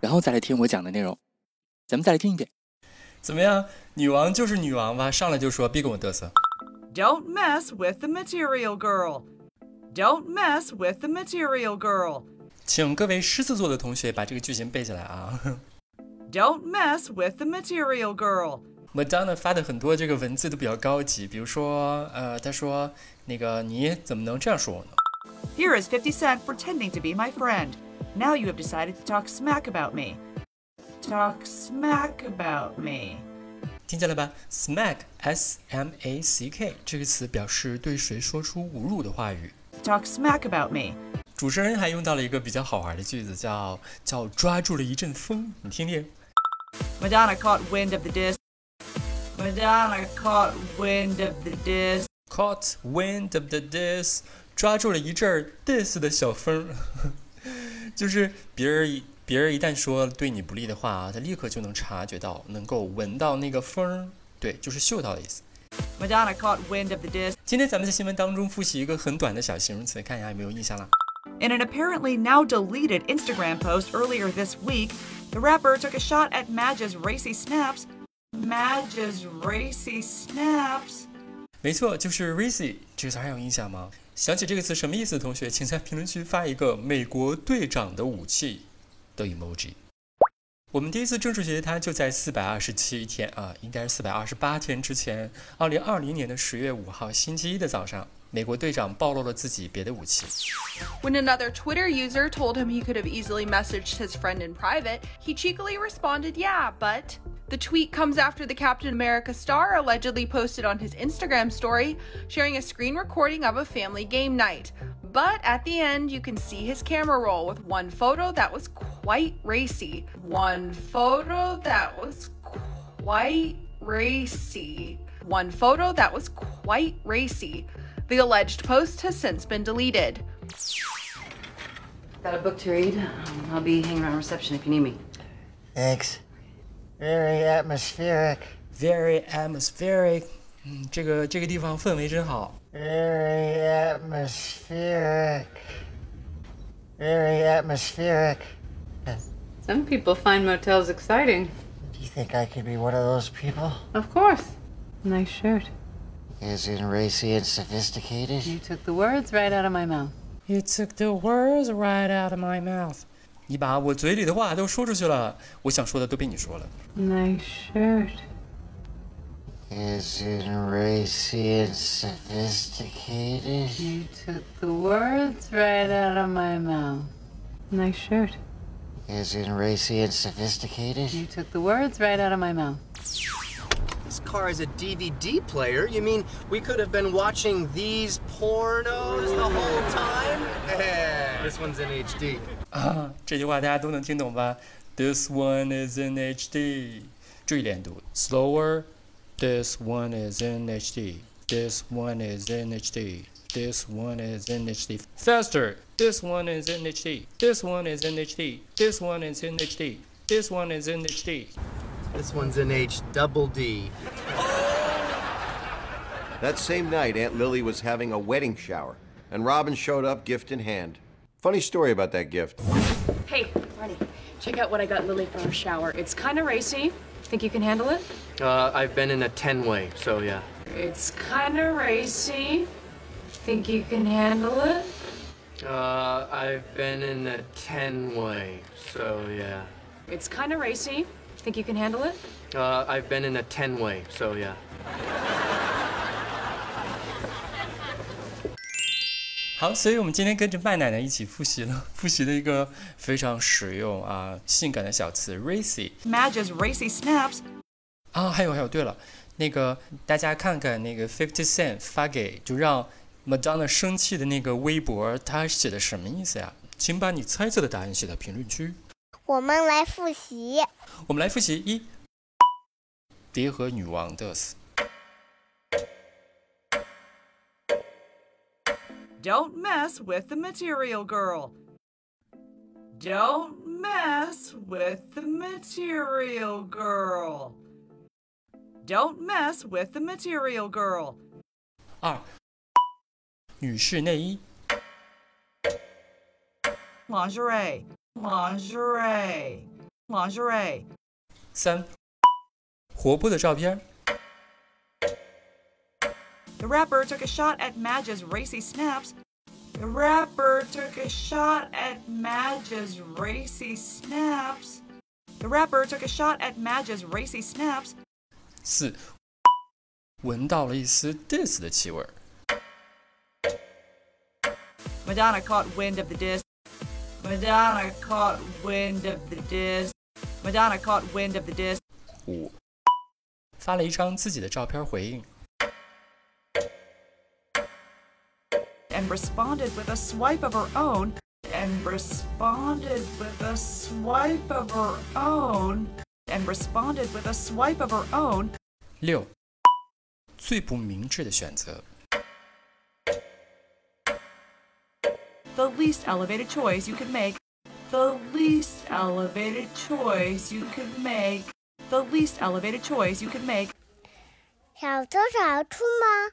然后再来听我讲的内容。咱们再来听一遍。怎么样，女王就是女王吧？上来就说，别跟我嘚瑟。 Don't mess with the material girl. Don't mess with the material girl. 请各位狮子座的同学把这个句型背下来啊。 Don't mess with the material girl. Madonna 发的很多这个文字都比较高级，比如说，呃，她说那个你怎么能这样说我呢？ Here is 50 Cent pretending to be my friend. Now you have decided to talk smack about me. Talk smack about me. 听见了吧？Smack S M A C K 这个词表示对谁说出侮辱的话语。 Talk smack about me. 主持人还用到了一个比较好玩的句子，叫叫抓住了一阵风，你听听。 Madonna caught wind of the disc. Madonna caught wind of the disc. Caught wind of the dis，抓住了一阵儿 dis 的小风儿，就是别人一别人一旦说对你不利的话啊，他立刻就能察觉到，能够闻到那个风儿，对，就是嗅到的意思。 Madonna caught wind of the disc. 今天咱们在新闻当中复习一个很短的小形容词，看一下有没有印象啦。 In an apparently now deleted Instagram post earlier this week, the rapper took a shot at Madge's racy snaps. Madge's racy snaps. 没错，就是 racy 这个词儿还有印象吗？想起这个词什么意思的同学，请在评论区发一个美国队长的武器的 emoji。我们第一次正式学习它就在四百二十七天啊，应该是四百二十八天之前，二零二零年的十月五号星期一的早上，美国队长暴露了自己别的武器。 When another Twitter user told him he could have easily messaged his friend in private, he cheekily responded, Yeah, but. The tweet comes after the Captain America star allegedly posted on his Instagram story, sharing a screen recording of a family game night. But at the end, you can see his camera roll with one photo that was quite racy. One photo that was quite racy. One photo that was quite racy. The alleged post has since been deleted. Got a book to read. Um, I'll be hanging around reception if you need me. Thanks. Very atmospheric. Very atmospheric，嗯，这个这个地方氛围真好。 Very atmospheric. Very atmospheric. Some people find motels exciting. Do you think I could be one of those people? Of course. Nice shirt. As in racy and sophisticated? You took the words right out of my mouth. You took the words right out of my mouth。你把我嘴里的话都说出去了，我想说的都被你说了。 Nice shirt. As in racy and sophisticated? You took the words right out of my mouth. Nice shirt. As in racy and sophisticated? You took the words right out of my mouth. This car is a DVD player. You mean we could have been watching these pornos the whole time? this one's in HD. 啊， 这句话大家都能听懂吧？This one is in HD，注意连读，slower。This one is in HD. This one is in HD. This one is in HD. Faster. This one is in HD. This one is in HD. This one is in HD. This one is in HD. This one's in H double D. That same night, Aunt Lily was having a wedding shower, and Robin showed up gift in hand. Funny story about that gift. Hey, Marty, check out what I got Lily for her shower. It's kind of racy. Think you can handle it? Uh, I've been in a 10 way, so yeah. It's kind of racy. Think you can handle it? Uh, I've been in a 10 way, so yeah. It's kind of racy. Think you can handle it? Uh, I've been in a 10 way, so yeah. 好，所以我们今天跟着麦奶奶一起复习了，复习了一个非常实用啊、性感的小词 racy。 Madge's racy snaps 啊，还有还有，对了，那个大家看看那个 Fifty Cent 发给就让 Madonna 生气的那个微博，他写的什么意思呀？请把你猜测的答案写到评论区。我们来复习。我们来复习一，蝶和女王的死。 Don't mess with the material girl. Don't mess with the material girl. Don't mess with the material girl. 二，女士内衣。 Lingerie. Lingerie. Lingerie. 三，活泼的照片。 The rapper took a shot at Madge's racy snaps. The rapper took a shot at Madge's racy snaps. The rapper took a shot at Madge's racy snaps. 四，闻到了一丝 dis 的气味儿。 Madonna caught wind of the disc. Madonna caught wind of the disc. Madonna caught wind of the disc. 五，发了一张自己的照片回应。 and responded with a swipe of her own and responded with a swipe of her own and responded with a swipe of her own 六，最不明智的选择。 the least elevated choice you could make the least elevated choice you could make the least elevated choice you could make 小偷小出吗？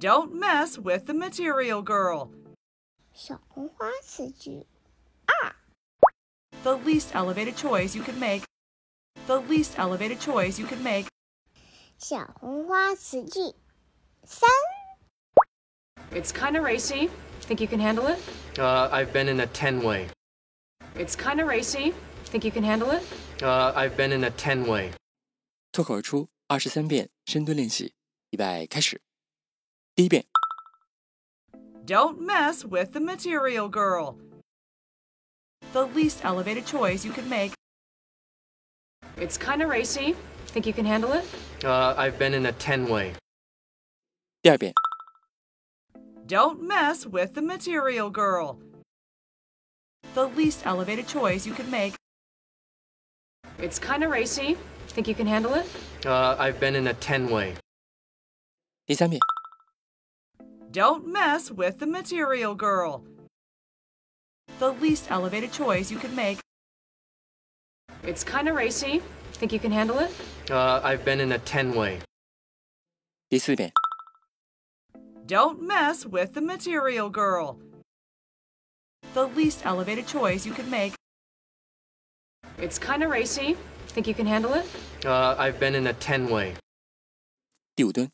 don't mess with the material girl 小红花词句， the least elevated choice you could make. The least elevated choice you could make. 小红花词句三， It's kind of racy. Think you can handle it? Uh, I've been in a 10 way. It's kind of racy. Think you can handle it? Uh, I've been in a 10 way. 脱口而出二十三遍深蹲练习，预备开始。第一遍， Don't mess with the material girl. The least elevated choice you could make. It's kind of racy. Think you can handle it? Uh, I've been in a 10 way. 第二遍， Don't mess with the material girl. The least elevated choice you could make. It's kind of racy. Think you can handle it? Uh, I've been in a 10 way. 第三遍， Don't mess with the material girl. The least elevated choice you could make. It's kind of racy. Think you can handle it? Uh, I've been in a 10 way. 第四遍， Don't mess with the material girl. The least elevated choice you could make. It's kind of racy. Think you can handle it? Uh, I've been in a 10 way. 第五蹲，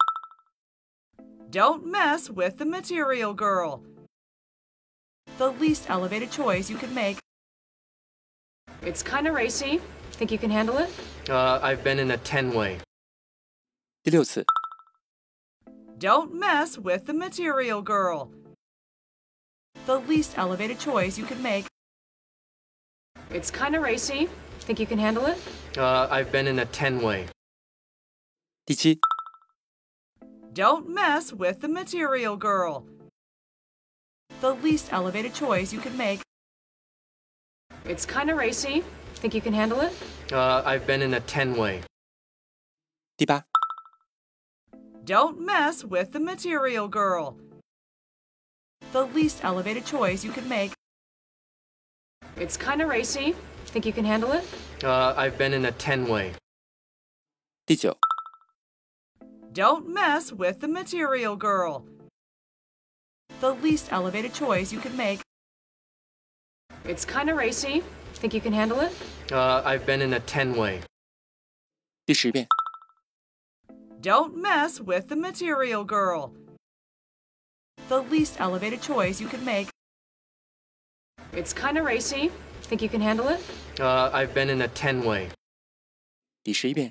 Don't mess with the material girl. The least elevated choice you could make. It's kind of racy. Think you can handle it? Uh, I've been in a 10 way. 第六次， Don't mess with the material girl. The least elevated choice you could make. It's kind of racy. Think you can handle it? Uh, I've been in a 10 way. 第七， Don't mess with the material girl. The least elevated choice you could make. It's kind of racy. Think you can handle it? Uh, I've been in a 10 way. 第八， Don't mess with the material girl. The least elevated choice you could make. It's kind of racy. Think you can handle it? Uh, I've been in a 10 way. 第九， Don't mess with the material girl. The least elevated choice you could make. It's kind of racy. Think you can handle it? Uh, I've been in a 10 way. 第十遍， Don't mess with the material girl. The least elevated choice you could make. It's kind of racy. Think you can handle it? Uh, I've been in a 10 way. 第十一遍，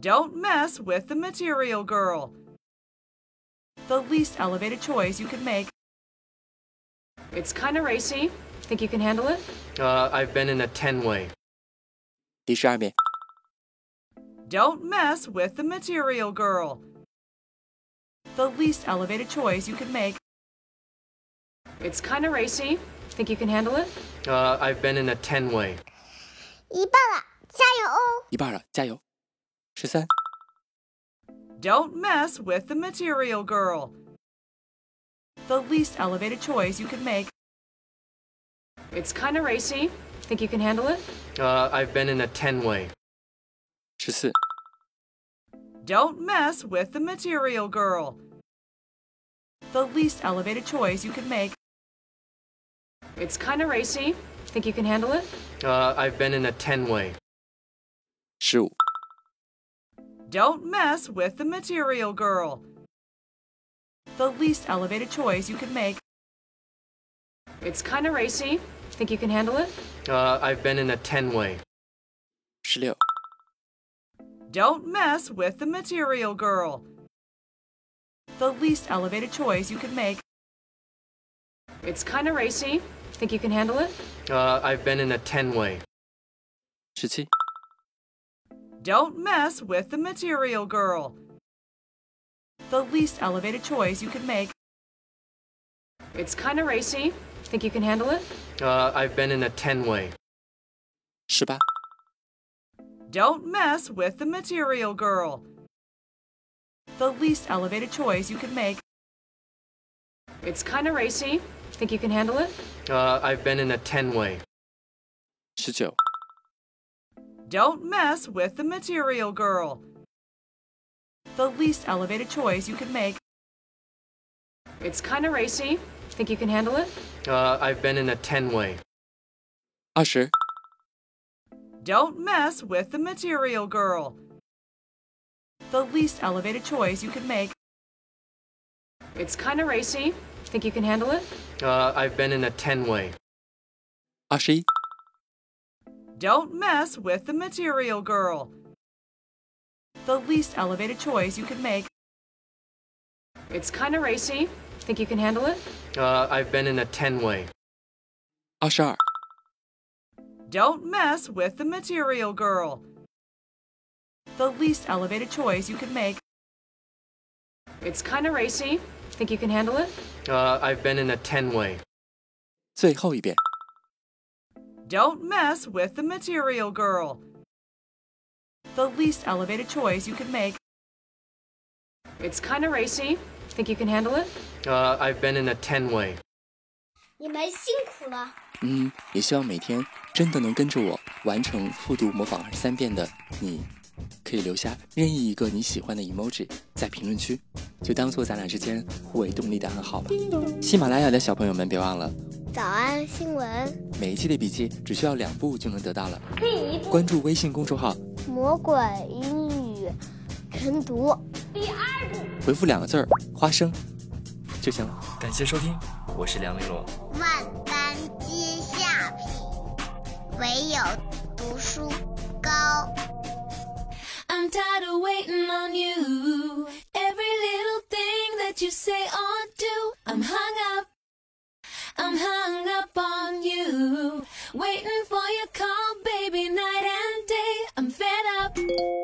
Don't mess with the material girl. The least elevated choice you could make. It's kind of racy. Think you can handle it? Uh, I've been in a 10 way. 第十二遍， Don't mess with the material girl. The least elevated choice you could make. It's kind of racy. Think you can handle it? Uh, I've been in a 10 way. 一半了，加油哦！一半了，加油！十三、 Don't mess with the material girl. The least elevated choice you could make. It's kind of racy. Think you can handle it? Uh, I've been in a 10 way. 十四、 Don't mess with the material girl. The least elevated choice you could make. It's kind of racy. Think you can handle it? Uh, I've been in a 10 way. 十五、 Don't mess with the material girl. The least elevated choice you could make. It's kind of racy. Think you can handle it? Uh, I've been in a 10 way. 十六、 Don't mess with the material girl. The least elevated choice you could make. It's kind of racy. Think you can handle it? Uh, I've been in a 10 way. 十七、 Don't mess with the material girl. The least elevated choice you could make. It's kind of racy. Think you can handle it? Uh, I've been in a 10 way. 十八、 Don't mess with the material girl. The least elevated choice you could make. It's kind of racy. Think you can handle it? Uh, I've been in a 10 way. 十九、 Don't mess with the material girl. The least elevated choice you could make. It's kind of racy. Think you can handle it? Uh, I've been in a 10 way. 二十、 Don't mess with the material girl. The least elevated choice you could make. It's kind of racy. Think you can handle it? Uh, I've been in a 10 way. 二十一、 Don't mess with the material girl. The least elevated choice you could make. It's kind of racy. Think you can handle it? Uh, I've been in a 10 way. 二十二、 Don't mess with the material girl. The least elevated choice you could make. It's kind of racy. Think you can handle it? Uh, I've been in a 10 way. 最后一遍， Don't mess with the material girl. The least elevated choice you could make. It's kind of racy. Think you can handle it? Uh, I've been in a 10 way. 你们辛苦了。嗯，也希望每天真的能跟着我完成复读模仿二十三遍的你，可以留下任意一个你喜欢的 emoji 在评论区，就当做咱俩之间互为动力的暗号吧。喜马拉雅的小朋友们，别忘了早安新闻，每一期的笔记只需要两步就能得到了。可以一部关注微信公众号，魔鬼英语晨读。第二部。回复两个字儿“花生”就行了。感谢收听，我是梁玲珑。万般皆下品，唯有读书高。 I'm tired of waiting on you. Every little thing that you say or do, I'm hung up. I'm hung up on you. Waiting for your call, baby, night and day. I'm fed up.